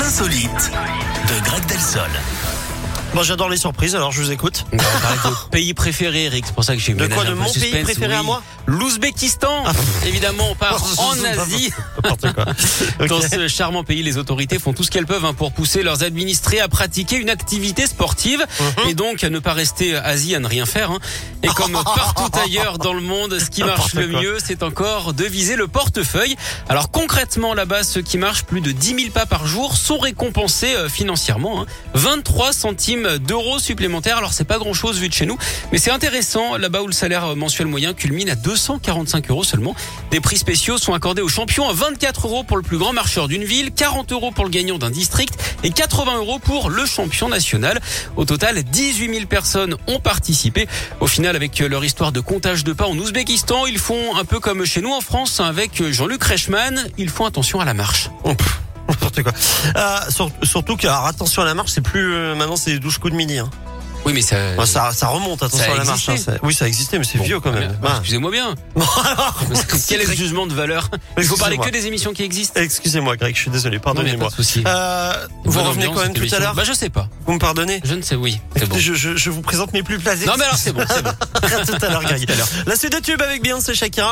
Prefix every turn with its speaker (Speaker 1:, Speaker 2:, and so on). Speaker 1: insolite de Greg Delsol.
Speaker 2: Moi j'adore les surprises, alors je vous écoute.
Speaker 3: Non, on parlait de votre pays préféré, Eric. C'est pour ça que j'ai
Speaker 2: De quoi, de
Speaker 3: ménagé un peu
Speaker 2: mon
Speaker 3: le suspense,
Speaker 2: pays préféré à
Speaker 3: oui.
Speaker 2: moi Ah.
Speaker 3: L'Ouzbékistan. Évidemment, on part
Speaker 2: Oh,
Speaker 3: en
Speaker 2: c'est pas
Speaker 3: Asie.
Speaker 2: N'importe quoi. Ok.
Speaker 3: Dans ce charmant pays, les autorités font tout ce qu'elles peuvent hein, pour pousser leurs administrés à pratiquer une activité sportive
Speaker 2: Mm-hmm.
Speaker 3: et donc à ne pas rester Asie, à ne rien faire. hein. Et comme partout ailleurs dans le monde, ce qui
Speaker 2: N'importe
Speaker 3: marche le
Speaker 2: quoi.
Speaker 3: mieux, c'est encore de viser le portefeuille. Alors concrètement, là-bas, ceux qui marchent plus de 10 000 pas par jour sont récompensés euh, financièrement. hein. 23 centimes d'euros supplémentaires. Alors c'est pas grand-chose vu de chez nous, mais c'est intéressant. Là-bas où le salaire mensuel moyen culmine à 245 euros seulement, des prix spéciaux sont accordés aux champions à 24 euros pour le plus grand marcheur d'une ville, 40 euros pour le gagnant d'un district et 80 euros pour le champion national. Au total, 18 000 personnes ont participé. Au final, avec leur histoire de comptage de pas en Ouzbékistan, ils font un peu comme chez nous en France hein, avec Jean-Luc Reichmann. Ils font attention à la marche.
Speaker 2: Oh, pff, N'importe quoi. Euh, sur- surtout que, alors, attention à la marche, c'est plus. euh, maintenant, c'est 12 coups de midi. hein.
Speaker 3: Oui, mais ça.
Speaker 2: Enfin, ça, ça remonte, attention
Speaker 3: ça a
Speaker 2: à la marche.
Speaker 3: existé.
Speaker 2: hein, ça- Oui, ça existait, mais c'est
Speaker 3: Bon,
Speaker 2: Ah, vieux quand même.
Speaker 3: bah,
Speaker 2: Ah.
Speaker 3: Excusez-moi bien.
Speaker 2: Bon, alors,
Speaker 3: Quel est le jugement de valeur Il faut parler
Speaker 2: Excusez-moi.
Speaker 3: que des émissions qui existent.
Speaker 2: Excusez-moi, Greg, je suis désolé,
Speaker 3: Non, mais pas
Speaker 2: pardonnez-moi.
Speaker 3: de souci.
Speaker 2: Euh, vous
Speaker 3: Bonne
Speaker 2: revenez
Speaker 3: ambiance,
Speaker 2: quand même
Speaker 3: cette
Speaker 2: tout à
Speaker 3: émission.
Speaker 2: l'heure
Speaker 3: Bah, je sais pas.
Speaker 2: Vous me pardonnez
Speaker 3: Je ne sais, oui. C'est bon.
Speaker 2: je, je, je vous présente mes plus plaisirs.
Speaker 3: Non, mais alors c'est bon, c'est bon.
Speaker 2: À tout à l'heure, Greg. La suite de tube avec Beyoncé Shakira.